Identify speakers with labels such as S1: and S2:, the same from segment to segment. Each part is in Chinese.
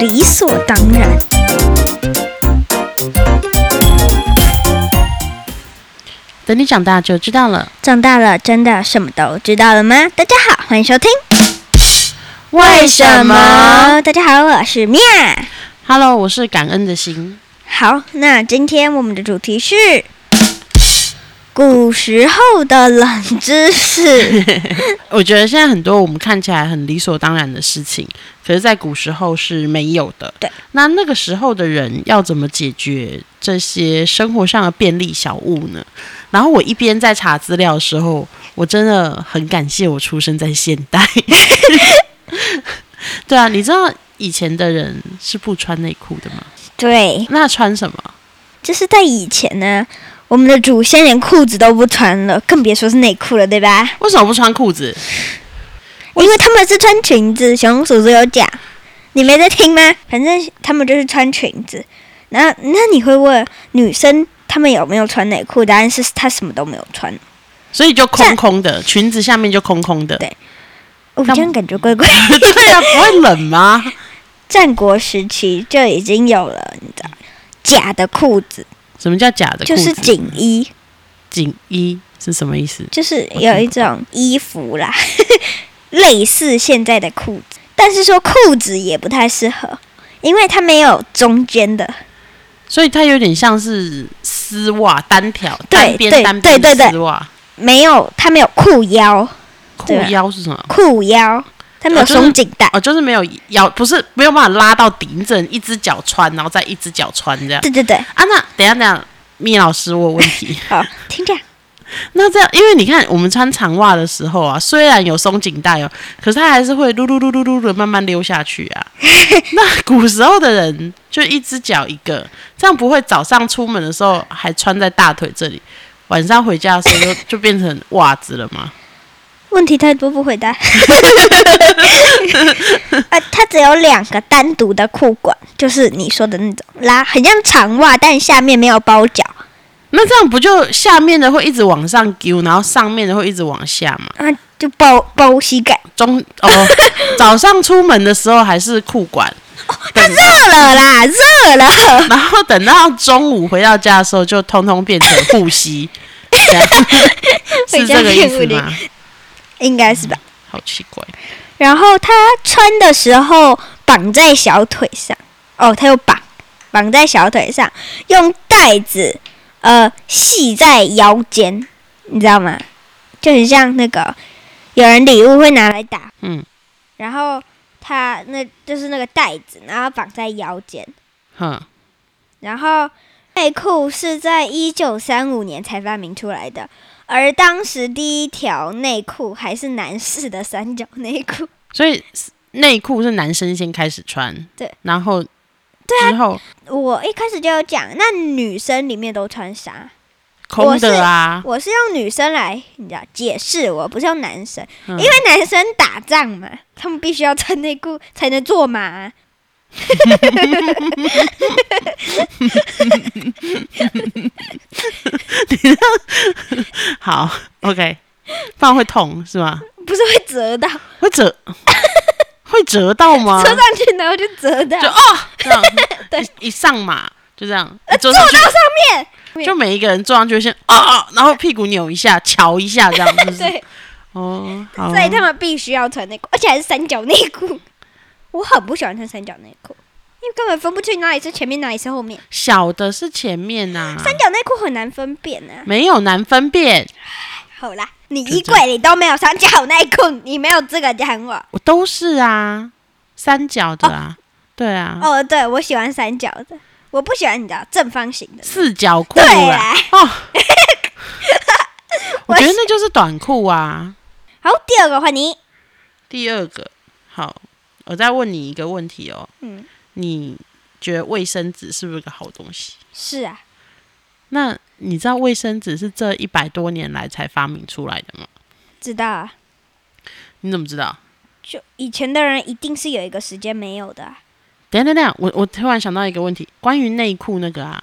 S1: 理所当然。
S2: 等你长大就知道了。
S1: 长大了，真的什么都知道了吗？大家好，欢迎收听。
S2: 为什么？
S1: 大家好，我是 Mia。
S2: ？Hello，我是感恩的心。
S1: 好，那今天我们的主题是古时候的冷知 识。
S2: 我觉得现在很多我们看起来很理所当然的事情，可是，在古时候是没有的。
S1: 对，
S2: 那那个时候的人要怎么解决这些生活上的便利小物呢？然后我一边在查资料的时候，我真的很感谢我出生在现代。 对啊，你知道以前的人是不穿内裤的吗？
S1: 对，
S2: 那穿什么？
S1: 就是在以前呢，我们的祖先连裤子都不穿了，更别说是内裤了，对吧？
S2: 为什么不穿裤子？
S1: 因为他们是穿裙子，熊叔叔有讲，你没在听吗？反正他们就是穿裙子。那那你会问女生她们有没有穿内裤？答案是她什么都没有穿。
S2: 所以就空空的，裙子下面就空空的。
S1: 对哦我
S2: 那
S1: 这样感觉怪怪。
S2: 对啊，不会冷吗？
S1: 战国时期就已经有了，你知道，假的裤子
S2: 什么叫假的裤
S1: 就
S2: 子？
S1: 是锦衣，
S2: 紧衣是什么意思？
S1: 就是
S2: 我
S1: 有
S2: 听
S1: 一种衣服啦， 类似现在的裤子，但是说裤子也不太适合，因为它没有中间的。
S2: 所以它有点像是丝袜单条，
S1: 对
S2: 单边
S1: 对
S2: 单边
S1: 对对
S2: 的
S1: 对
S2: 丝袜。
S1: 没有，它没有裤腰，
S2: 裤
S1: 对啊
S2: 腰是什么？
S1: 裤腰，它没有松紧带。
S2: 哦，就是没有腰，不是没有办法拉到底，你只能一只脚穿，然后再一只脚穿这样。
S1: 对对对，
S2: 啊，那等一下等一下，米老师，我有问题。
S1: 好，听着，
S2: 那这样，因为你看我们穿长袜的时候啊，虽然有松紧带哦，可是它还是会噜噜噜噜噜的慢慢溜下去啊。那古时候的人就一只脚一个，这样不会早上出门的时候还穿在大腿这里，晚上回家的时候就 就变成袜子了吗？
S1: 问题太多不回答。啊，它只有两个单独的裤管，就是你说的那种拉，很像长袜，但下面没有包脚
S2: 那这样不就下面的会一直往上丢，然后上面的会一直往下嘛？
S1: 啊，就包包膝盖。
S2: 中哦，早上出门的时候还是裤管，
S1: 它热了啦，热了，
S2: 然后等到中午回到家的时候，就通通变成护膝，这样 是这个意思
S1: 回家变
S2: 吗？
S1: 应该是吧？
S2: 好奇怪，
S1: 然后它穿的时候绑在小腿上，哦，它有绑，绑在小腿上，用带子呃系在腰间，你知道吗？就很像那个有人礼物会拿来打，
S2: 嗯，
S1: 然后它那就是那个带子，然后绑在腰间，
S2: 哼，
S1: 然后内裤是在一九三五年才发明出来的，而当时第一条内裤还是男士的三角内裤。
S2: 所以内裤是男生先开始穿，
S1: 对，啊
S2: 然后之后
S1: 我一开始就有讲，那女生里面都穿啥？
S2: 空的啊，
S1: 我是用女生来，你知道解释，我不是用男生，
S2: 嗯
S1: 因为男生打仗嘛，他们必须要穿内裤才能坐马啊、
S2: 好，OK，不然会痛是吗？
S1: 不是会折到，穿
S2: 会折，会折到吗？
S1: 上去然后就折到
S2: 啊就，哦，这样一一上马就这样，
S1: 呃
S2: 坐上去
S1: 面面
S2: 就每一个人坐上去先啊啊，然后屁股扭一下，瞧一下 这样，是不是？
S1: 对，
S2: 哦，好
S1: 所以他们必须要穿内裤，而且还是三角内 裤。我很不喜欢穿三角内裤，因为根本分不清哪里是前面，哪里是后面。
S2: 小的是前面呐、
S1: 三角内裤很难分辨啊。
S2: 没有难分辨，
S1: 好啦，你衣柜里都没有三角内裤，你没有资格讲我。
S2: 我都是啊，三角的啊，对啊，
S1: 哦，对，我喜欢三角的，我不喜欢你知道正方形的。
S2: 四角裤
S1: 对啊
S2: 啦，
S1: 啦，
S2: 哦，
S1: 我
S2: 我觉得那就是短裤啊。
S1: 好，第二个换你。
S2: 第二个，好，我再问你一个问题哦，
S1: 嗯，
S2: 你觉得卫生纸是不是个好东西？
S1: 是啊，
S2: 那你知道卫生纸是这一百多年来才发明出来的吗？
S1: 知道啊。
S2: 你怎么知道？
S1: 就以前的人一定是有一个时间没有的啊、
S2: 等一下等一下，我我突然想到一个问题，关于内裤那个啊，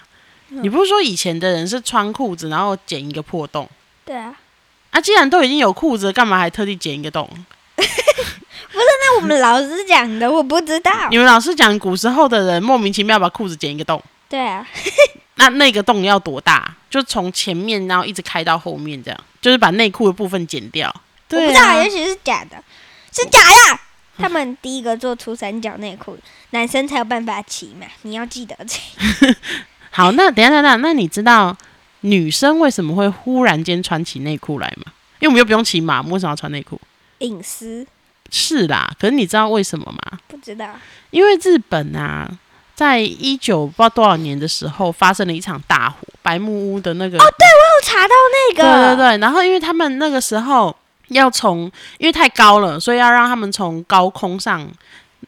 S2: 你不是说以前的人是穿裤子然后剪一个破洞
S1: 对啊，
S2: 啊？既然都已经有裤子了，干嘛还特地剪一个洞？
S1: 不是，那我们老师讲的，我不知道。
S2: 你们老是讲古时候的人莫名其妙把裤子剪一个洞，
S1: 对啊，
S2: 那那个洞要多大？就从前面然后一直开到后面，这样就是把内裤的部分剪掉。
S1: 我不
S2: 对
S1: 知道，
S2: 啊
S1: 也，许是假的，是假的。他们第一个做出三角内裤，男生才有办法骑嘛。你要记得这
S2: 好，那等一下等一下，那你知道女生为什么会忽然间穿起内裤来吗？因为我们又不用骑马，我们为什么要穿内裤？
S1: 隐私，
S2: 是啦，可是你知道为什么吗？
S1: 不知道。哦
S2: 因为日本啊，在一九不知道多少年的时候发生了一场大火，白木屋的那个哦，
S1: 又查到那个，
S2: 对对对，然后因为他们那个时候要从，因为太高了，所以要让他们从高空上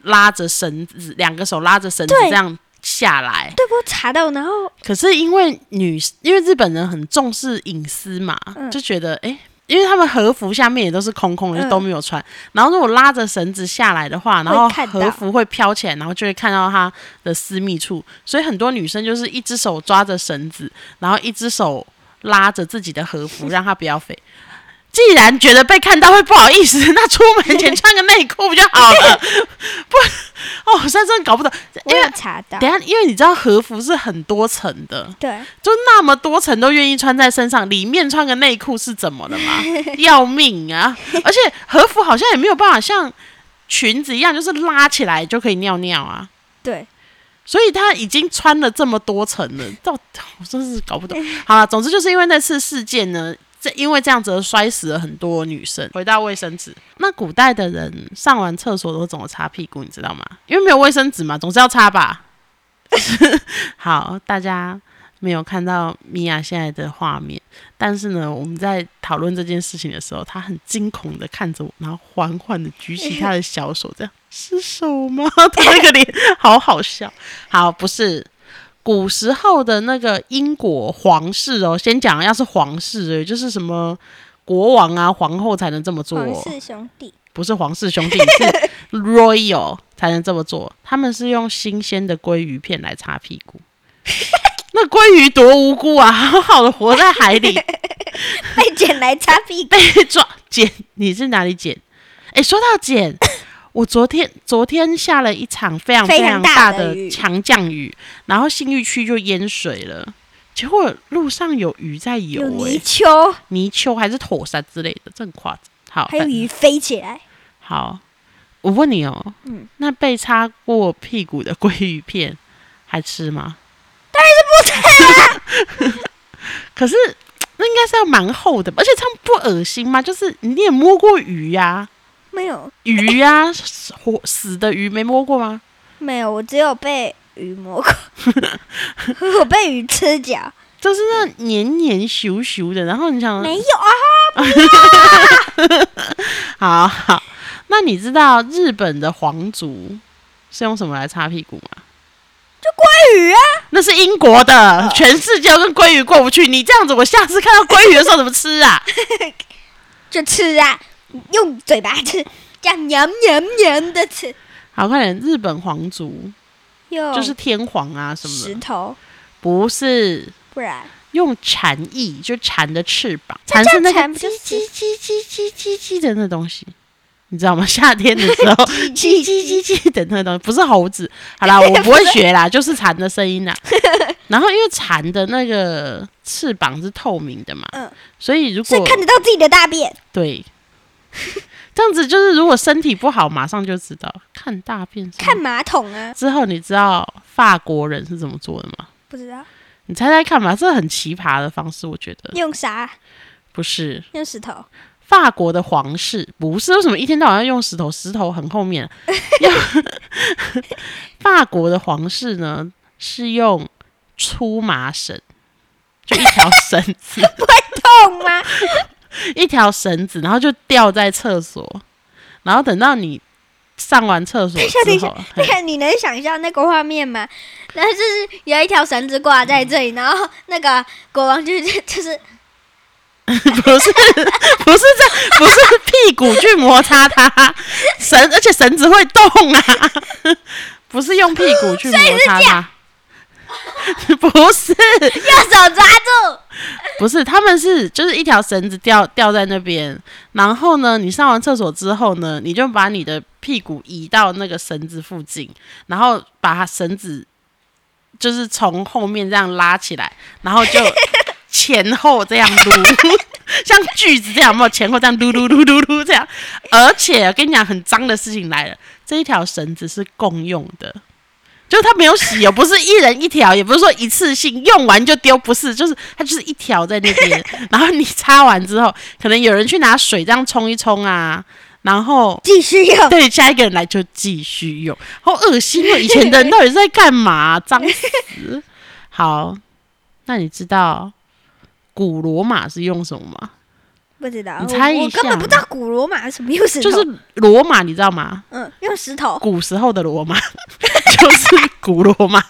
S2: 拉着绳子，两个手拉着绳子
S1: 对
S2: 这样下来。
S1: 对，我查到，然后
S2: 可是因为女，因为日本人很重视隐私嘛，
S1: 嗯
S2: 就觉得诶，因为他们和服下面也都是空空的，就
S1: 嗯
S2: 都没有穿。然后如果拉着绳子下来的话，然后
S1: 看到
S2: 和服会飘起来，然后就会看到她的私密处。所以很多女生就是一只手抓着绳子，然后一只手拉着自己的 和服，让它不要飞。既然觉得被看到会不好意思， 那出门前穿个内裤不就好 了？不，哦，我现在真的搞不懂。
S1: 我有查到，
S2: 等一下，因为你知道和服是很多层的，
S1: 对，
S2: 就那么多层都愿意穿在身上，里面穿个内裤是怎么了嘛？要命啊！而且和服好像也没有办法像裙子一样，就是拉起来就可以尿尿啊。
S1: 对，
S2: 所以他已经穿了这么多层了，到我真是搞不懂。好了，总之就是因为那次事件呢，这因为这样子而摔死了很多女生。回到卫生纸，那古代的人上完厕所都怎么擦屁股，你知道吗？因为没有卫生纸嘛，总是要擦吧。 好，大家没有看到米娅现在的画面，但是呢，我们在讨论这件事情的时候，她很惊恐的看着我，然后缓缓的举起她的小手，这样是手吗？ 她那个脸好好笑。好，不是古时候的那个英国皇室哦，先讲要是皇室，也就是什么国王啊、皇后才能这么做、
S1: 皇
S2: 哦，
S1: 室兄弟，
S2: 不是皇室兄弟，是 royal 才能这么做。他们是用新鲜的鲑鱼片来擦屁股。 那鲑鱼多无辜啊！好好的活在海里，
S1: 被捡来擦 屁股，
S2: 被抓捡，你是哪里捡？哎、说到捡，我昨天昨天下了一场非常
S1: 非常
S2: 常
S1: 大
S2: 大
S1: 的雨
S2: 的强降雨，然后信义区就淹水了。结果路上有鱼在游、
S1: 有泥
S2: 诶，
S1: 鳅，
S2: 泥鳅还是火山之类的，这很夸张。好，
S1: 还有
S2: 反
S1: 鱼飞起来，
S2: 好，我问你哦，那被擦过屁股的鲑鱼片 还吃吗？当然是不吃啊。可是那应该是要蛮厚的吧，而且这样不恶心吗？就是你也摸过鱼呀、
S1: 没有，
S2: 鱼呀、死活死的鱼没摸过吗？
S1: 没有，我只有被鱼摸 过，我被鱼吃脚，
S2: 就是那黏黏稠稠的，然后你想
S1: 没有啊，
S2: 好好，那你知道日本的皇族是用什么来擦屁股吗？
S1: 被鱼啊，
S2: 那是英国
S1: 啊
S2: 的，全世界都跟鲑鱼过不去。你这样子，我下次看到鲑鱼的时候怎么吃 啊？
S1: 就吃啊，用嘴巴吃，这样黏黏黏的吃，
S2: 好，快点！日本皇族
S1: 用
S2: 就是天皇啊什么
S1: 石
S2: 的，
S1: 头，
S2: 不是
S1: 不然
S2: 用蝉翼，就蝉的翅膀，蝉是那个
S1: 蝉不
S2: 叽
S1: 就是
S2: 叽叽叽叽叽叽的那东西，你知道吗？夏天的 时候叽叽叽叽的那东西，不是猴子。好啦，我不会学啦，就是蝉的声音啦。然后因为蝉的那个翅膀是透明的嘛，
S1: 嗯
S2: 所以如
S1: 所
S2: 果
S1: 以看得到自己的大便，
S2: 对，这样子就是如果身体不好，马上就知道看大便是吗。
S1: 看马桶啊，
S2: 之后，你知道法国人是怎么做的吗？
S1: 不知道
S2: 你猜猜看吧，这很奇葩的方式，我觉得
S1: 用啥，
S2: 不是
S1: 用石头，
S2: 法国的皇室，不是为什么一天到晚要用石头？石头很后 面，要法国的皇室呢是用粗麻绳，就一条绳子，
S1: 痛吗？
S2: 一条绳子，然后就吊在厕所，然后等到你上完厕所
S1: 等一下等一
S2: 之
S1: 下
S2: 后，
S1: 那
S2: 嘿
S1: 个 你能想象那个画面吗？然后就是有一条绳子挂在这里，然后那个国王就是就是
S2: 不是不是这不是屁股去摩擦它，绳而且绳子会动啊， 不是用屁股去摩擦它。 不是，
S1: 用手抓住，
S2: 不是，他们是就是一条绳子吊吊在那边，然后呢，你上完厕所之后呢，你就把你的屁股移到那个绳子附近，然后把它绳子就是从后面这样拉起来，然后就 前后这样撸， 像锯子这样，有没有前后这样撸撸撸撸撸这样？而且我跟你讲，很脏的事情来了，这一条绳子是共用的。就它没有洗哦，不是一人一条，也不是说一次性用完就丢，不是，就是它就是一条在那边，然后你擦完之后，可能有人去拿水这样冲一冲啊，然后
S1: 继续用。
S2: 对下一个人来就继续用，好恶心哦！以前的人到底是在干嘛、脏死！好，那你知道古罗马是用什么吗？
S1: 不知道，
S2: 你猜一
S1: 我我根
S2: 下
S1: 本不知道古罗马是什么用石头，
S2: 就是罗马，你知道吗？
S1: 嗯，用石头
S2: 古时候的罗马 就是古罗马，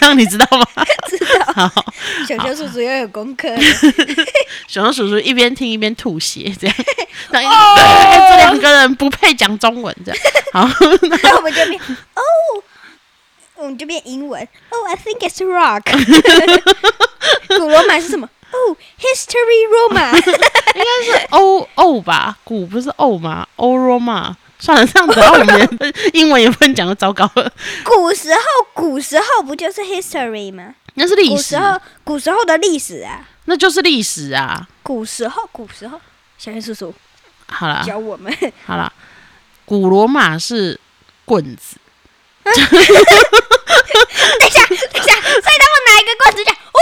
S2: 这样你知道吗？
S1: 知道。
S2: 好，
S1: 小熊叔叔又有功 课了，
S2: 小熊叔叔一边听一边吐血，这样，这样、哦、这两个人不配讲中文，这样。好，
S1: 然后我们就变哦，我们就变英文哦，I think it's rock。古罗马是什么？哦，History Roma，
S2: 欧欧哦吧，古不是欧吗？欧罗马。算了，这样子，然后我们英文也不能讲，就糟糕 了。
S1: 古时候古时候不就是 history 吗？
S2: 那是历
S1: 古
S2: 史
S1: 时，候古时候的历史啊，
S2: 那就是历史啊。
S1: 古时候古时候，小熊叔叔
S2: 好啦，
S1: 教我们
S2: 好啦，古罗马是棍子，
S1: 等一下，等一下，所以他们拿一个棍子讲，哦，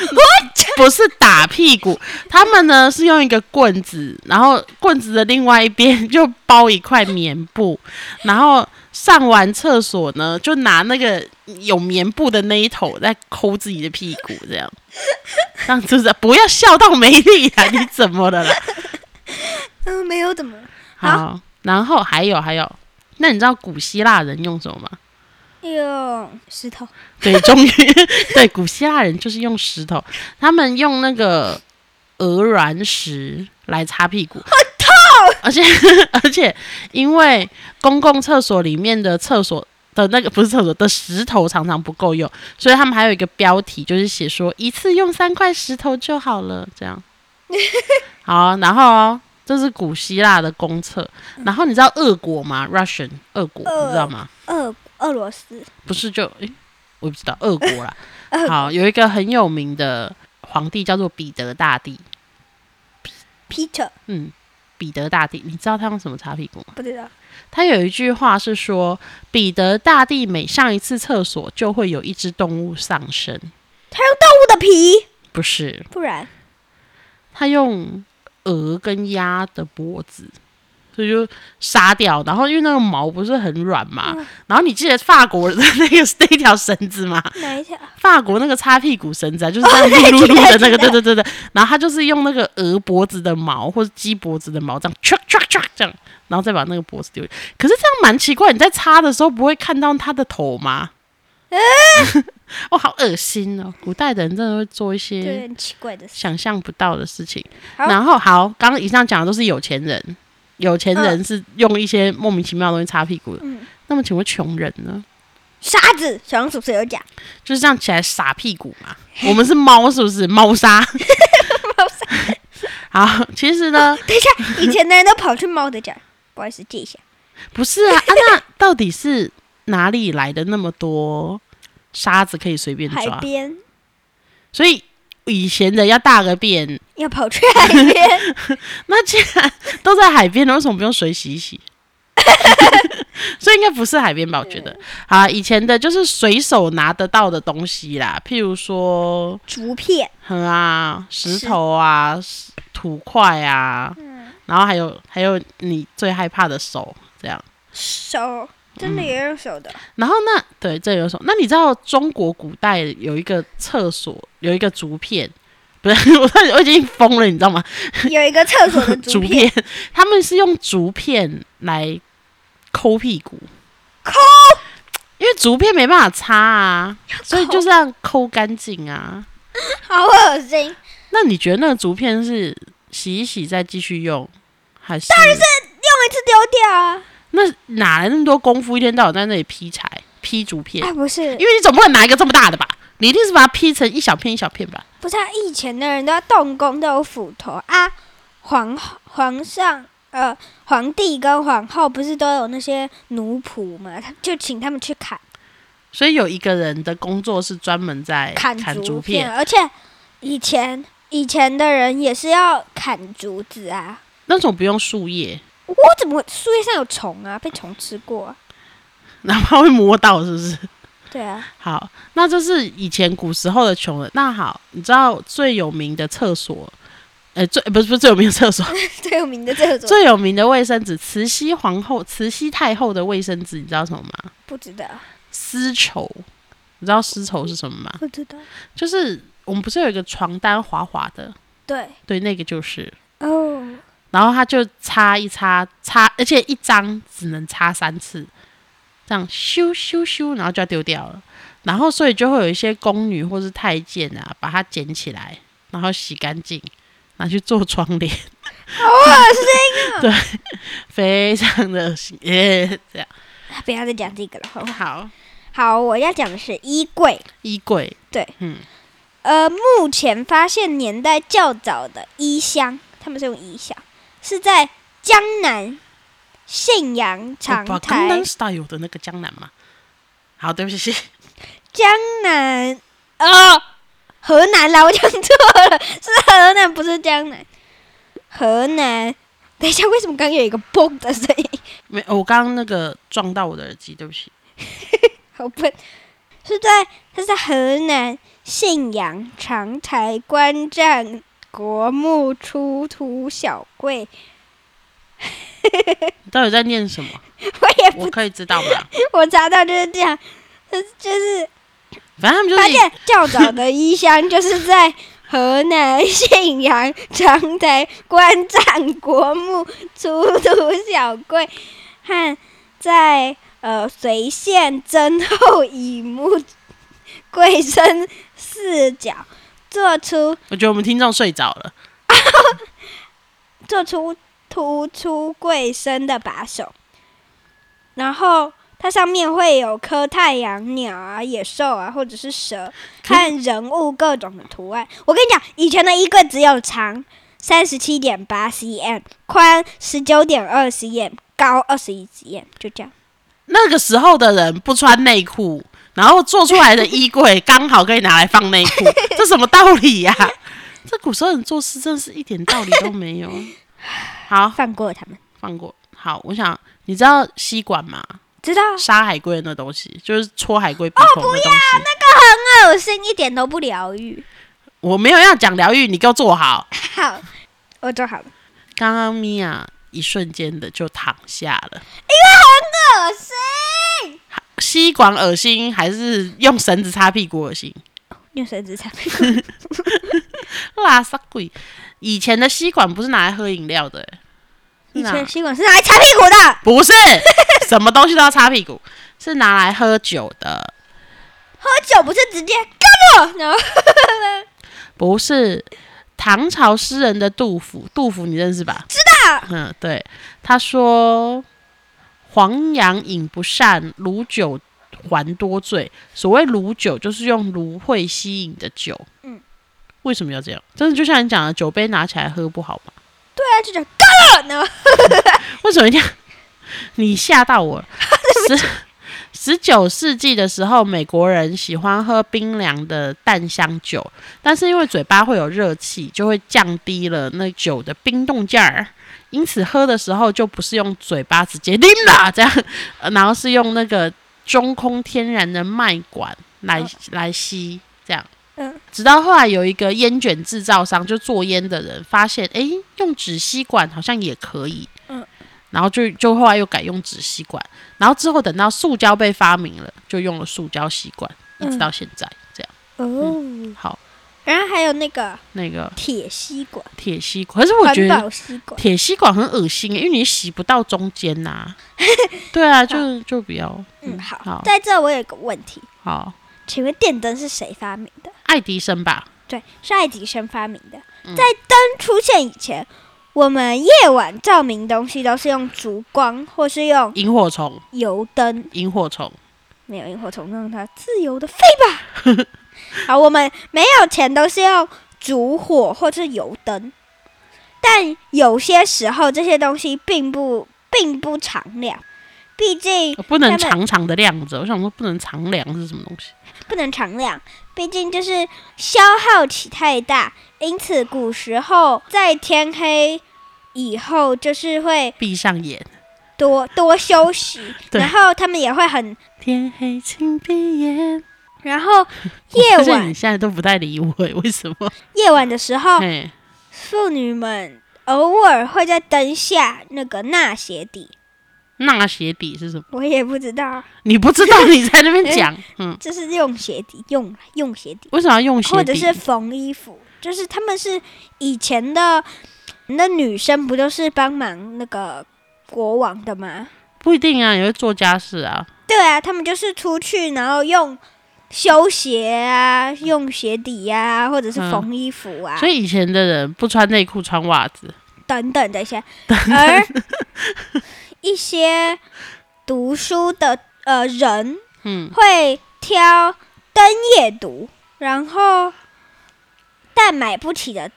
S1: 我操，
S2: 不是打屁股，他们呢是用一个棍子，然后棍子的另外一边就包一块棉布，然后上完厕所呢，就拿那个有棉布的那一头在抠自己的屁股，这样，这样就是不要笑到没力啊！你怎么了啦？
S1: 嗯，没有怎么了，
S2: 好，然后还有还有，那你知道古希腊人用什么吗？
S1: 用石头，
S2: 对，终于对古希腊人就是用石头，他们用那个鹅卵石来擦屁股，很痛。而且而且，因为公共厕所里面的厕所的那个不是厕所的石头常常不够用，所以他们还有一个标题，就是写说一次用三块石头就好了，这样。好，然后哦、这是古希腊的公厕，然后你知道俄国吗？Russian 俄国，你知道吗？
S1: 俄呃俄罗斯，
S2: 不是就诶，我也不知道俄国啦。
S1: 俄
S2: 好，有一个很有名的皇帝叫做彼得大帝，
S1: Peter
S2: 嗯，彼得大帝，你知道他用什么擦屁股吗？
S1: 不知道，
S2: 他有一句话是说，彼得大帝每上一次厕所就会有一只动物上身，
S1: 他用动物的皮，
S2: 不是，
S1: 不然
S2: 他用鹅跟鸭的脖子。所以就杀掉，然后因为那个毛不是很软嘛，然后你记得法国的那个 那一条绳子吗？
S1: 哪一条？
S2: 法国那个擦屁股绳子啊，就是这样噜噜噜的那个，对对对对。然后他就是用那个鹅脖子的毛或者鸡脖子的毛这样唰唰唰这样，然后再把那个脖子丢进去。可是这样蛮奇怪，你在擦的时候不会看到他的头吗？哦，好恶心哦！古代的人真的会做一
S1: 对，
S2: 些
S1: 很奇怪的事。
S2: 想象不到的事情。
S1: 好
S2: 然后好，刚刚以上讲的都是有钱人，有钱人是用一些莫名其妙的东西擦屁股的。
S1: 嗯
S2: 那么请问穷人呢？
S1: 沙子，小红叔叔有讲，
S2: 就是这样起来撒屁股嘛。我们是猫，是不是？猫砂。好，其实呢，
S1: 等一下，以前的人都跑去猫的家，不好意思借一下，
S2: 不是啊，啊那到底是哪里来的那么多沙子可以随便
S1: 海
S2: 抓？
S1: 边
S2: 所以以前人要大个便，
S1: 要跑去海边，
S2: 那既然都在海边了，为什么不用水洗一洗？ 所以应该不是海边吧？我觉得，好啊，以前的就是随手拿得到的东西啦，譬如说
S1: 竹片，
S2: 嗯啊，石
S1: 石
S2: 头啊，石土块啊，然后还有还有你最害怕的手这样。
S1: 手，真的也有手 的，
S2: 然后那对这有手，那你知道中国古代有一个厕所有一个竹片，不是我我已经疯了，你知道吗？
S1: 有一个厕所的
S2: 竹
S1: 竹片，
S2: 片，他们是用竹片来抠屁股，
S1: 抠，
S2: 因为竹片没办法擦啊，所以
S1: 抠
S2: 就这样抠干净啊。
S1: 好恶心。
S2: 那你觉得那个竹片是洗一洗再继续用，还是？当然是
S1: 用一次丢掉啊！
S2: 那哪来那么多功夫，一天到晚在那里劈柴、劈竹片？
S1: 哎，不是
S2: 因，为你总不能拿一个这么大的吧？你一定是把它劈成一小片一小片吧？
S1: 不是、啊，以前的人都要动工，都有斧头啊。皇皇上呃，皇帝跟皇后不是都有那些奴仆嘛，他就请他们去砍
S2: 所以有一个人的工作是专门在
S1: 砍
S2: 竹
S1: 竹，而且以前以前的人也是要砍竹子啊。
S2: 那种不用树叶，
S1: 我怎么树叶上有虫啊？被虫吃过、啊？
S2: 哪怕会摸到，是不是？
S1: 对啊，
S2: 好，那就是以前古时候的穷人。那好，你知道最有名的厕所，呃，最不是不是最有名的厕所，
S1: 最有名的这种
S2: 最有名的卫生纸，慈禧皇后、慈禧太后的卫生纸，你知道什么吗？
S1: 不知道，
S2: 丝绸，你知道丝绸是什么吗？
S1: 不知道。
S2: 就是我们不是有一个床单滑滑的，
S1: 对
S2: 对，那个就是。
S1: 哦，
S2: 然后他就擦一擦，擦，而且一张只能擦三次，这样咻咻咻，然后就要丢掉了。然后所以就会有一些宫女或是太监啊，把它捡起来，然后洗干净，拿去做窗帘，
S1: 好恶心！
S2: 非常的恶心 耶。这样
S1: 不要再讲这个了，好不好？
S2: 好，
S1: 好，我要讲的是衣柜。
S2: 衣柜，
S1: 对，
S2: 嗯，
S1: 呃，目前发现年代较早的衣箱，他们是用衣箱，是在江南、信阳、长
S2: 哎哦把
S1: 台
S2: 刚刚、style 的那个江南嘛。好，对不起，
S1: 江南，呃，河南啦，我讲错了， 是河南，不是江南，河南。等一下，为什么刚刚有一个嘣的声音？
S2: 没，我刚刚那个撞到我的耳机，对不起。
S1: 好笨，是在它是在河南信阳长台观战国墓出土小柜，
S2: 你到底在念什么？
S1: 我也
S2: 我可以知道吗？
S1: 我查到就是这样，就是就是
S2: 反正他们就是
S1: 发
S2: 一
S1: 现较早的衣箱就是在河南信阳长台观战国墓出土小柜，和在呃随县曾后乙墓贵身四角做出
S2: 我觉得我们听众睡着了。
S1: 做出突出贵身的把手，然后它上面会有颗太阳、鸟啊、野兽啊，或者是蛇，
S2: 可是
S1: 看人物各种的图案。我跟你讲，以前的衣柜只有长三十七点八 cm，宽十九点二 cm，高二十一 cm，就这样。
S2: 那个时候的人不穿内裤，然后做出来的衣柜刚好可以拿来放内裤，这什么道理呀、 这古时候人做事真的是一点道理都没有。好，
S1: 放过他们，
S2: 放过。好，我想你知道吸管吗？
S1: 知道？哦
S2: 杀海龟的那东西，就是戳海龟鼻孔的东
S1: 那
S2: 西。
S1: 个很恶心，一点都不疗愈。
S2: 我没有要讲疗愈，你给我做好。
S1: 好，我做好了。
S2: 刚刚米娅一瞬间的就躺下了，
S1: 恶心，
S2: 吸管恶心还是用绳子擦屁股恶心？
S1: 用绳子擦屁股。
S2: 拉萨鬼！以前的吸管不是拿来喝饮料的、欸
S1: 以
S2: 是
S1: 前
S2: 啊
S1: 吸管是拿来擦屁股的。
S2: 不是什么东西都要擦屁股，是拿来喝酒的，
S1: 喝酒不是直接干了，然后
S2: 不是。唐朝诗人的杜甫，杜甫你认识吧？知
S1: 道。
S2: 嗯，对，他说：“黄杨饮不善，卢酒还多醉。”所谓卢酒，就是用芦荟吸引的酒。
S1: 嗯，
S2: 为什么要这样？真的就像你讲的，酒杯拿起来喝不好吗？
S1: 对啊，就讲干了，然后
S2: 为什么一定要？你吓到我了！十十九世纪的时候，美国人喜欢喝冰凉的淡香酒，但是因为嘴巴会有热气，就会降低了那酒的冰冻劲儿，因此喝的时候就不是用嘴巴直接拎啦这样，呃然后是用那个中空天然的脉管来、
S1: 嗯
S2: 来吸这样。
S1: 嗯，
S2: 直到后来有一个烟卷制造商，就做烟的人发现，诶，用纸吸管好像也可以，
S1: 嗯，
S2: 然后就就后来又改用纸吸管，然后之后等到塑胶被发明了，就用了塑胶吸管，一直
S1: 嗯
S2: 到现在、这样。
S1: 哦，
S2: 好，
S1: 然后还有那个
S2: 那个
S1: 铁吸管、
S2: 铁吸管，可是我觉
S1: 环
S2: 得
S1: 保吸管，
S2: 铁吸管很恶心，欸因为你洗不到中间呐、 对啊，就就不要。
S1: 嗯，好
S2: 好，
S1: 在这我有一个问题，
S2: 好，
S1: 请问电灯是谁发明的？
S2: 爱迪生吧，
S1: 对，是爱迪生发明的。在灯出现以前，我们夜晚照明东西都是用烛光或是用
S2: 萤火虫，
S1: 油灯，
S2: 萤火虫，
S1: 没有萤火虫让它自由的飞吧。好，我们没有钱都是用烛火或是油灯，但有些时候这些东西并不并不常量，毕竟
S2: 不
S1: 他
S2: 能
S1: 们
S2: 长长的晾着。我想说，不能长晾是什么东西？
S1: 不能常量，毕竟就是消耗起太大，因此古时候在天黑以后就是会
S2: 闭上眼，
S1: 多多休息，
S2: 对
S1: 然后他们也会很，
S2: 天黑请闭眼。
S1: 然后夜
S2: 可 是你
S1: 晚
S2: 现在都不太理我，为什么？
S1: 夜晚的时候，
S2: 哎、
S1: 妇女们偶尔会在灯下那个纳鞋底，
S2: 那鞋底是什么？
S1: 我也不知道
S2: 你不知道，你在那边 讲。嗯，
S1: 这是用鞋底用用鞋底，
S2: 为什么要用鞋底？
S1: 或者是缝衣服，就是他们是以前的那女生不就是帮忙那个国王的吗？
S2: 不一定啊，也会做家事啊。
S1: 对啊，他们就是出去，然后用修鞋啊，用鞋底呀、或者是
S2: 嗯
S1: 缝衣服啊，
S2: 所以以前的人不穿内裤，穿袜子。
S1: 等等这 些。而一些读书的呃人
S2: 嗯，
S1: 会挑灯夜读，然后但买不起的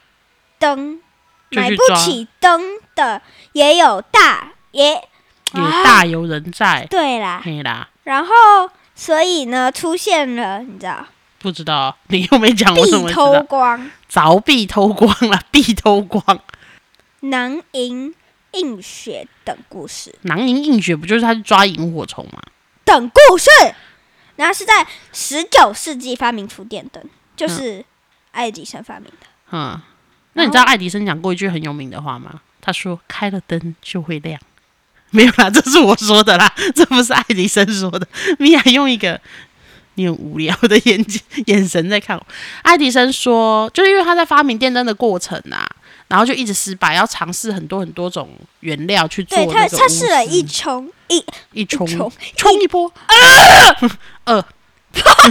S1: 灯，
S2: 就
S1: 买
S2: 去
S1: 不
S2: 抓
S1: 起灯的也有大也
S2: 也
S1: 啊
S2: 大有人在。
S1: 对啦，
S2: 嘿啦，
S1: 然后所以呢出现了你知道
S2: 不知道你又没啊讲，我怎么
S1: 必
S2: 知
S1: 偷
S2: 道？
S1: 光。
S2: 凿壁偷光啦，壁偷光，
S1: 囊萤、映雪等故事，
S2: 囊萤映雪不就是他去抓萤火虫吗？
S1: 等故事。然后是在十九世纪发明出电灯，就是爱迪生发明的。
S2: 嗯，那你知道爱迪生讲过一句很有名的话吗？他说：“开了灯就会亮。” 没有啦，这是我说的啦， 这不是爱迪生说的。 米娅用一个你很无聊的眼睛眼神在看我。爱迪生说，就是因为他在发明电灯的过程啊，然后就一直失败，要尝试很多很多种原料去做
S1: 对
S2: 那
S1: 他，
S2: 个
S1: 他
S2: 钨
S1: 试了
S2: 丝
S1: 一冲一
S2: 一冲
S1: 一冲
S2: 冲一波， 二，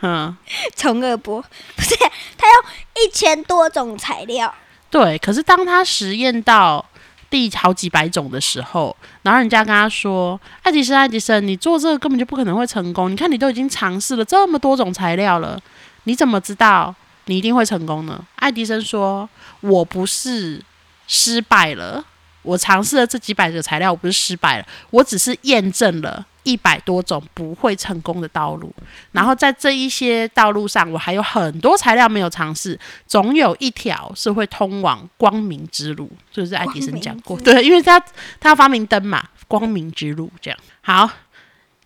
S2: 嗯，
S1: 冲二波， 不是他用一千多种材料，
S2: 对。可是当他实验到第好几百种的时候，然后人家跟他说：“爱迪生，爱迪生，你做这个根本就不可能会成功。你看你都已经尝试了这么多种材料了，你怎么知道你一定会成功呢？”爱迪生说：“我不是失败了。”我尝试了这几百个材料，我不是失败了，我只是验证了一百多种不会成功的道路。
S1: 嗯
S2: 然后在这一些道路上，我还有很多材料没有尝试，总有一条是会通往光明之路。这就是爱迪生讲
S1: 光
S2: 过，
S1: 明之
S2: 对，因为他他发明灯嘛，光明之路这样。好，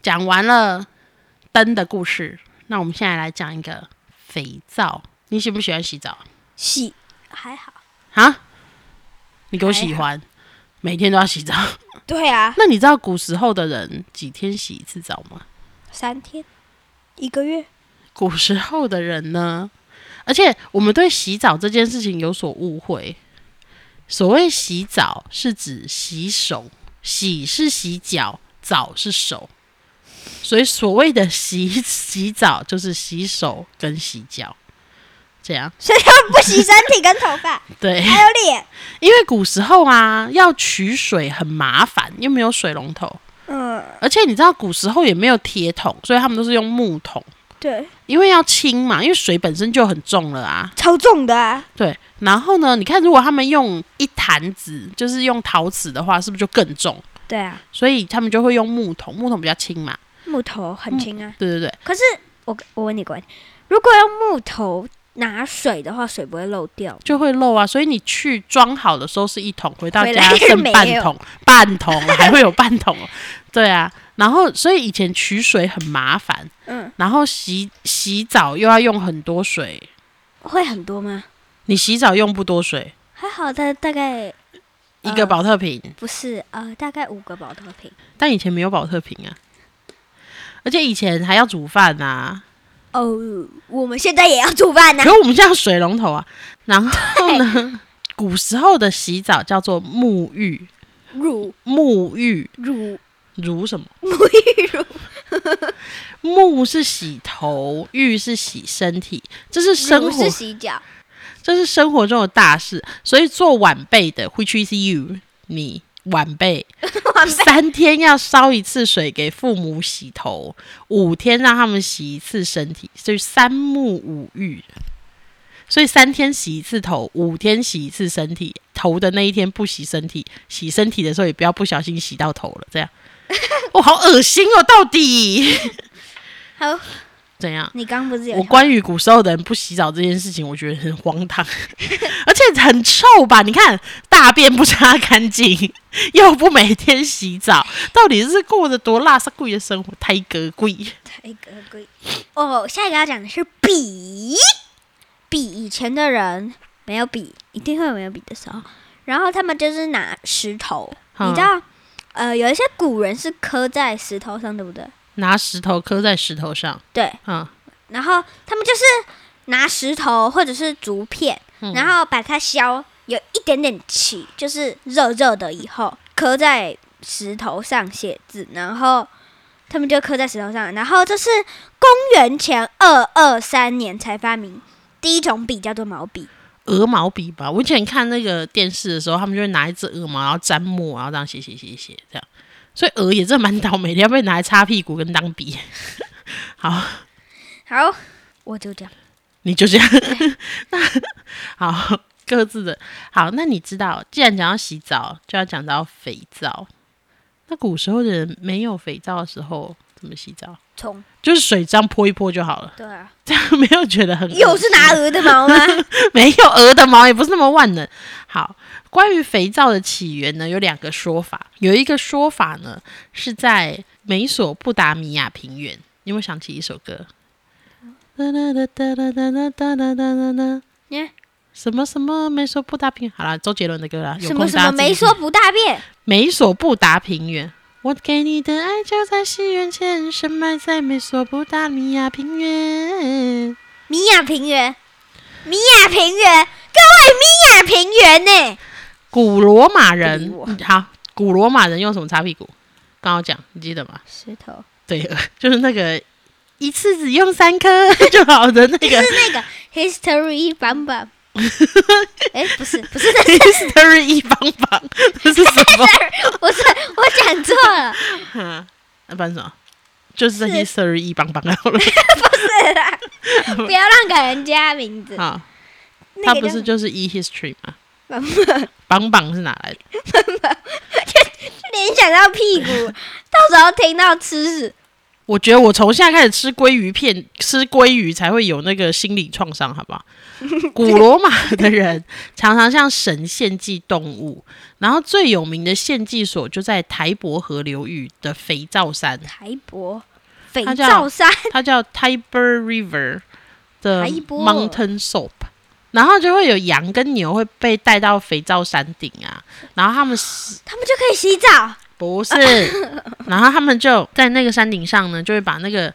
S2: 讲完了灯的故事，那我们现在来讲一个肥皂。你喜不喜欢洗澡
S1: 洗还好。
S2: 啊？你给我喜
S1: 还
S2: 欢，每天都要洗澡。
S1: 对啊，
S2: 那你知道古时候的人几天洗一次澡吗？
S1: 三天，一个月，
S2: 古时候的人呢，而且我们对洗澡这件事情有所误会。所谓洗澡是指洗手，洗是洗脚，澡是手，所以所谓的洗 洗澡就是洗手跟洗脚，这样
S1: 所以他们不洗身体跟头发，
S2: 对。
S1: 还有脸。
S2: 因为古时候啊，要取水很麻烦，又没有水龙头，
S1: 嗯，
S2: 而且你知道古时候也没有铁桶，所以他们都是用木桶。
S1: 对，
S2: 因为要轻嘛，因为水本身就很重了啊。
S1: 超重的啊，
S2: 对，然后呢，你看如果他们用一坛子，就是用陶瓷的话，是不是就更重？
S1: 对啊，
S2: 所以他们就会用木桶，木桶比较轻嘛。
S1: 木头很轻啊。
S2: 对对对，
S1: 可是我我问你个问题，如果用木头拿水的话，水不会漏掉吗？
S2: 就会漏啊。所以你去装好的时候是一桶，回到
S1: 回
S2: 家
S1: 来是
S2: 剩
S1: 没
S2: 半
S1: 有
S2: 桶， 半桶了 还会有半桶哦。对啊，然后所以以前取水很麻烦，
S1: 嗯，
S2: 然后洗洗澡又要用很多水，
S1: 会很多吗？
S2: 你洗澡用不多水，
S1: 还好，大大概
S2: 一个
S1: 呃
S2: 保特瓶。
S1: 不是呃，大概五个保特瓶。
S2: 但以前没有保特瓶啊，而且以前还要煮饭啊，
S1: 哦，我们现在也要煮饭啊呢
S2: 可、我们现在有水龙头啊。然后呢，古时候的洗澡叫做沐浴，
S1: 乳
S2: 沐浴
S1: 乳
S2: 如什么？
S1: 沐浴乳，
S2: 沐是洗头，浴是洗身体，这是生
S1: 乳
S2: 活
S1: 是，洗脚。
S2: 这是生活中的大事。所以做晚辈的，which is you，你晚辈
S1: 晚
S2: 三天要烧一次水给父母洗头，五天让他们洗一次身体，所以三沐五浴。所以三天洗一次头，五天洗一次身体。头的那一天不洗身体，洗身体的时候也不要不小心洗到头了。这样， 我、好恶心哦！到底
S1: 好，
S2: 怎样？
S1: 你刚不是有
S2: 我关于古时候的人不洗澡这件事情，我觉得很荒唐， 而且很臭吧？你看，大便不擦干净，又不每天洗澡，到底是过着多拉萨贵的生活？太格贵！
S1: 太格贵哦。下一个要讲的是笔，笔以前的人没有笔，一定会有没有笔的时候。然后他们就是拿石头，你知
S2: 嗯
S1: 道，呃，有一些古人是刻在石头上，对不对？
S2: 拿石头磕在石头上，
S1: 对，
S2: 嗯，
S1: 然后他们就是拿石头或者是竹片，
S2: 嗯
S1: 然后把它削有一点点起，就是热热的，以后刻在石头上写字，然后他们就刻在石头上。然后这是公元前二二三年才发明第一种笔，叫做毛笔。
S2: 鹅毛笔吧。我以前看那个电视的时候，他们就会拿一支鹅毛，然后沾墨，然后这样写写写写这样。所以鹅也真的蛮倒霉的，要被拿来擦屁股跟当笔。 好，
S1: 好，我就这样。
S2: 你就这样。 那好，各自的好。那你知道，既然讲到洗澡，就要讲到肥皂。那古时候的人没有肥皂的时候，怎么洗澡？
S1: 冲，
S2: 就是水这样泼一泼就好了，
S1: 对啊，
S2: 这样没有觉得很恶心
S1: 又是拿鹅的毛吗？
S2: 没有鹅的毛也不是那么万能。好，关于肥皂的起源呢，有两个说法。有一个说法呢是在美索不达米亚平原。你有没有想起一首歌？哒哒哒哒哒哒哒哒哒哒哒
S1: 耶
S2: 什么什么美索不达平原？好啦，周杰伦的歌啦。有
S1: 什么
S2: 空
S1: 什
S2: 大
S1: 么
S2: 家自己
S1: 没说不大便？
S2: 美索不达平原。我给你的爱就在西元前，深埋在美索不达米亚平原。
S1: 米亚平原，米亚平原，各位米亚平原呢、
S2: 古罗马
S1: 不理
S2: 人
S1: 我
S2: 嗯好，古罗马人用什么擦屁股？刚刚讲，你记得吗？
S1: 石头
S2: 对， 就是那个一次只用三颗 就好的那
S1: 是
S2: 个
S1: 那个 History 版 本。哎、不是，不是，
S2: History 一方法，这是什么？
S1: 不是，我讲错 了，
S2: 嗯那不然什么？就是
S1: 是
S2: History 一帮帮好 了
S1: 对啦，不要乱改人家名字。
S2: 啊，
S1: 那
S2: 它
S1: 个
S2: 不
S1: 叫
S2: 是就是 E History 吗？
S1: 帮
S2: 帮帮是哪来的？
S1: 联想到屁 股，到时候听到吃屎，
S2: 我觉得我从现在开始吃鲑鱼片，吃鲑鱼才会有那个心理创伤，好 不好？古罗马的人 常常向神献祭动物，然后最有名的献祭所就在台伯河流域的肥皂山，
S1: 台博肥
S2: 它叫
S1: 皂山，
S2: 它叫 Tiber River 的
S1: 台伯
S2: Mountain Soap。然后就会有羊跟牛会被带到肥皂山顶啊，然后他们
S1: 他们就可以洗澡。
S2: 不是， 然后他们就在那个山顶上呢，就会把那个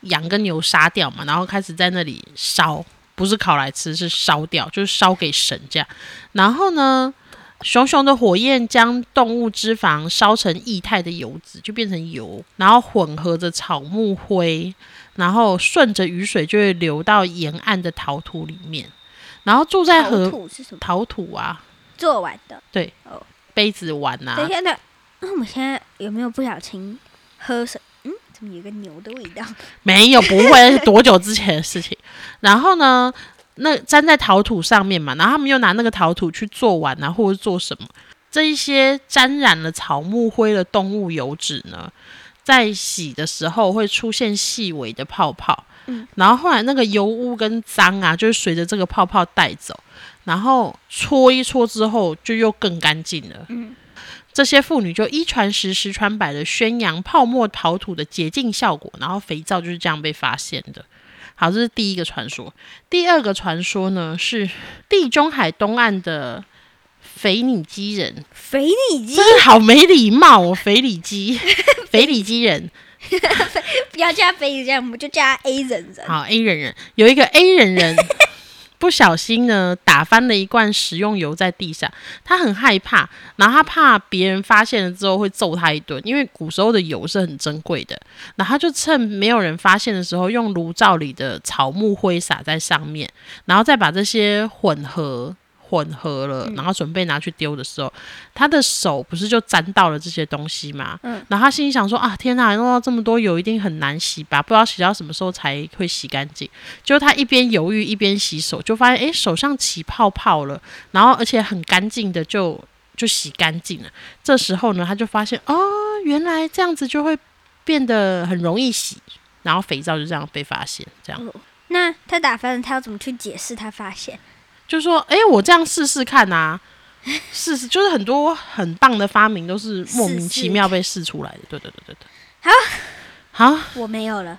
S2: 羊跟牛杀掉嘛，然后开始在那里烧，不是烤来吃，是烧掉，就是烧给神这样。然后呢，熊熊的火焰将动物脂肪烧成液态的油脂，就变成油，然后混合着草木灰，然后顺着雨水就会流到沿岸的陶土里面。然后住在
S1: 陶
S2: 河
S1: 土是什么
S2: 陶土啊，
S1: 做完的？
S2: 杯子碗啊，
S1: 等一下，那那我们现在有没有不小心喝水？嗯，怎么有个牛的味道？
S2: 没有，不会，那是多久之前的事情？然后呢，那粘在陶土上面嘛，然后他们又拿那个陶土去做碗啊，或者做什么？这一些沾染了草木灰的动物油脂呢，在洗的时候会出现细微的泡泡，
S1: 嗯
S2: 然后后来那个油污跟脏啊，就是随着这个泡泡带走，然后搓一搓之后就又更干净了，
S1: 嗯
S2: 这些妇女就一传十，十传百的宣扬泡沫陶土的洁净效果，然后肥皂就是这样被发现的。好，这是第一个传说。第二个传说呢是地中海东岸的腓尼基人，
S1: 肥里肌，
S2: 真的好没礼貌哦，腓里基， 腓里基人，
S1: 不要叫肥里这样，我们就叫他 A 人人。
S2: 好 A 人人有一个 A 人人不小心呢打翻了一罐食用油在地上，他很害怕，然后他怕别人发现了之后会揍他一顿，因为古时候的油是很珍贵的，然后他就趁没有人发现的时候，用炉灶里的草木灰撒在上面，然后再把这些混合。混合了，然后准备拿去丢的时候，他的手不是就沾到了这些东西嘛？
S1: 嗯
S2: 然后他心里想说啊，天哪，弄到这么多油，一定很难洗吧？不知道洗到什么时候才会洗干净。就他一边犹豫一边洗手，就发现诶手上起泡泡了，然后而且很干净的就就洗干净了。这时候呢，他就发现哦，原来这样子就会变得很容易洗，然后肥皂就这样被发现，这样。
S1: 那他打翻了，他要怎么去解释他发现？
S2: 就说：“哎、我这样试试看啊，试试就是很多很棒的发明都是莫名其妙被试出来的。”对对对对对。好，好，
S1: 我没有了，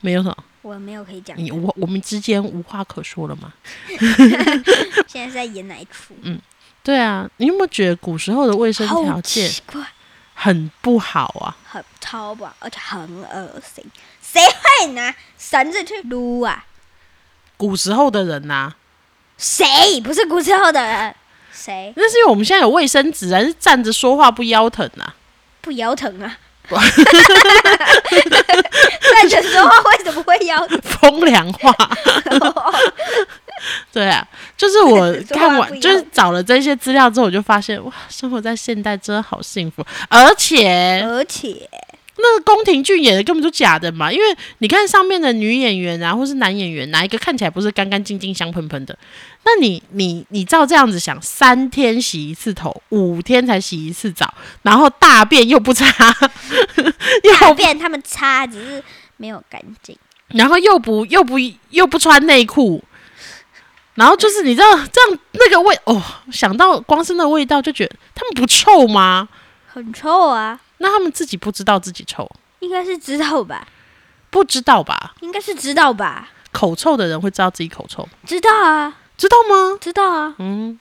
S2: 没有什么，
S1: 我没有可以讲。
S2: 你我我们之间无话可说了嘛？
S1: 现在是在演哪一出？
S2: 对啊，你有没有觉得古时候的卫生条
S1: 好
S2: 件
S1: 奇怪，
S2: 很不好啊？
S1: 很超棒，而且很恶心。谁会拿绳子去撸啊？
S2: 古时候的人啊呐、
S1: 谁？不是古时候的人，谁
S2: 那是因为我们现在有卫生纸啊，还是站着说话不腰疼啊？
S1: 不腰疼啊？ 站着说话为什么会腰疼？
S2: 风凉 话。对啊，就是我
S1: 说话
S2: 看
S1: 不一
S2: 完，
S1: 样
S2: 就是找了这些资料之后，我就发现哇，生活在现代真的好幸福。而且
S1: 而 且
S2: 那个宫廷剧演的根本就假的嘛，因为你看上面的女演员啊，或是男演员，哪一个看起来不是干干净净、香喷喷的？那你你你照这样子想，三天洗一次头，五天才洗一次澡，然后大便又不擦，
S1: 大
S2: 又
S1: 便他们擦，只是没有干净。
S2: 然后又不又不又不穿内裤，然后就是你知道这样那个味哦，想到光是那个味道就觉得他们不臭吗？
S1: 很臭啊，
S2: 那他们自己不知道自己臭，
S1: 应该是知道吧？
S2: 不知道吧？
S1: 应该是知道吧？
S2: 口臭的人会知道自己口臭，
S1: 知道啊，
S2: 知道吗？
S1: 知道啊。
S2: 嗯，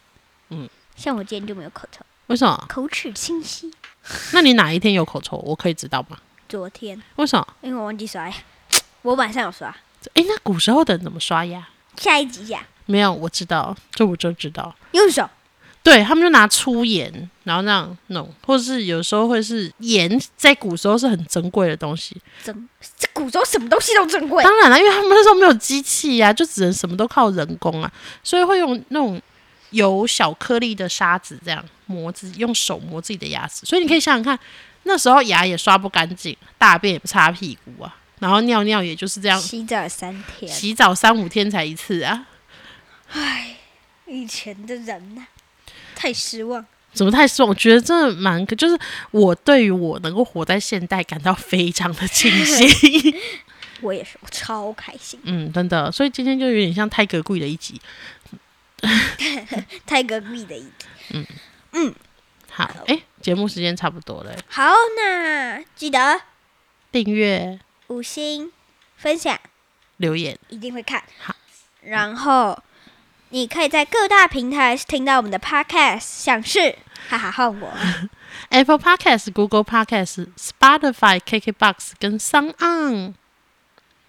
S1: 像我今天就没有口臭，
S2: 为什么？
S1: 口齿清晰。
S2: 那你哪一天有口臭，我可以知道吗？
S1: 昨天
S2: 为什么？
S1: 哎因为我忘记刷牙，我晚上有刷。
S2: 诶，那古时候的人怎么刷牙？
S1: 下一集呀、
S2: 没有，我知道，这我就知道。
S1: 用手
S2: 对他们就拿粗盐，然后那样弄，或是有时候会是盐，在古时候是很珍贵的东西，
S1: 蒸。这古时候什么东西都珍贵，
S2: 当然了，因为他们那时候没有机器呀、就只能什么都靠人工啊，所以会用那种有小颗粒的沙子这样磨自己，用手磨自己的牙齿。所以你可以想想看，那时候牙也刷不干净，大便也不擦屁股啊，然后尿尿也就是这 样，
S1: 洗澡三天。
S2: 洗澡三五天才一次啊，
S1: 以前的人呐、太失望。
S2: 怎么太失望？我觉得真的蛮，就是我对于我能够活在现代感到非常的庆 幸。
S1: 我也是，我超开心。
S2: 嗯，真的，所以今天就有点像泰格贵的一集。
S1: 泰格密的一集。
S2: 好，诶，节目时间差不多了，
S1: 好，那记得
S2: 订阅。
S1: 五星分享，
S2: 留言。
S1: 一定会看。
S2: 好，
S1: 然后你可以在各大平台听到我们的 podcast，像是哈哈换 我。
S2: Apple Podcast、Google Podcast、Spotify、KKBox 跟 s o n On，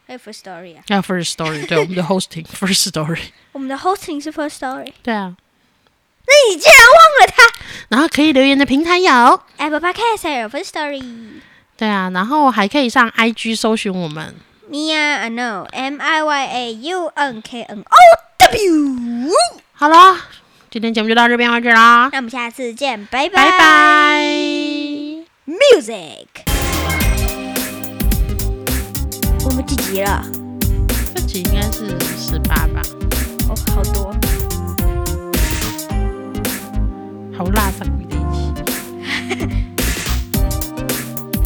S1: 还有 First Story 啊，
S2: 还有 First Story，对我们的 hosting First Story，
S1: 我们的 hosting 是 First Story。
S2: 对啊，
S1: 那你竟然忘了它
S2: 然后可以留言的平台有，
S1: ？Apple Podcast 还有 First Story。
S2: 对啊，然后还可以上 IG 搜寻我们，
S1: Mia Unknown M I Y A U N K N O W。
S2: 好啦，今天节目就到这边为止啦，
S1: 那我们下次见，拜拜
S2: 拜拜。
S1: Music。我们几集了？
S2: 这集应该是十八吧，
S1: 哦，好多。
S2: 好辣嗓。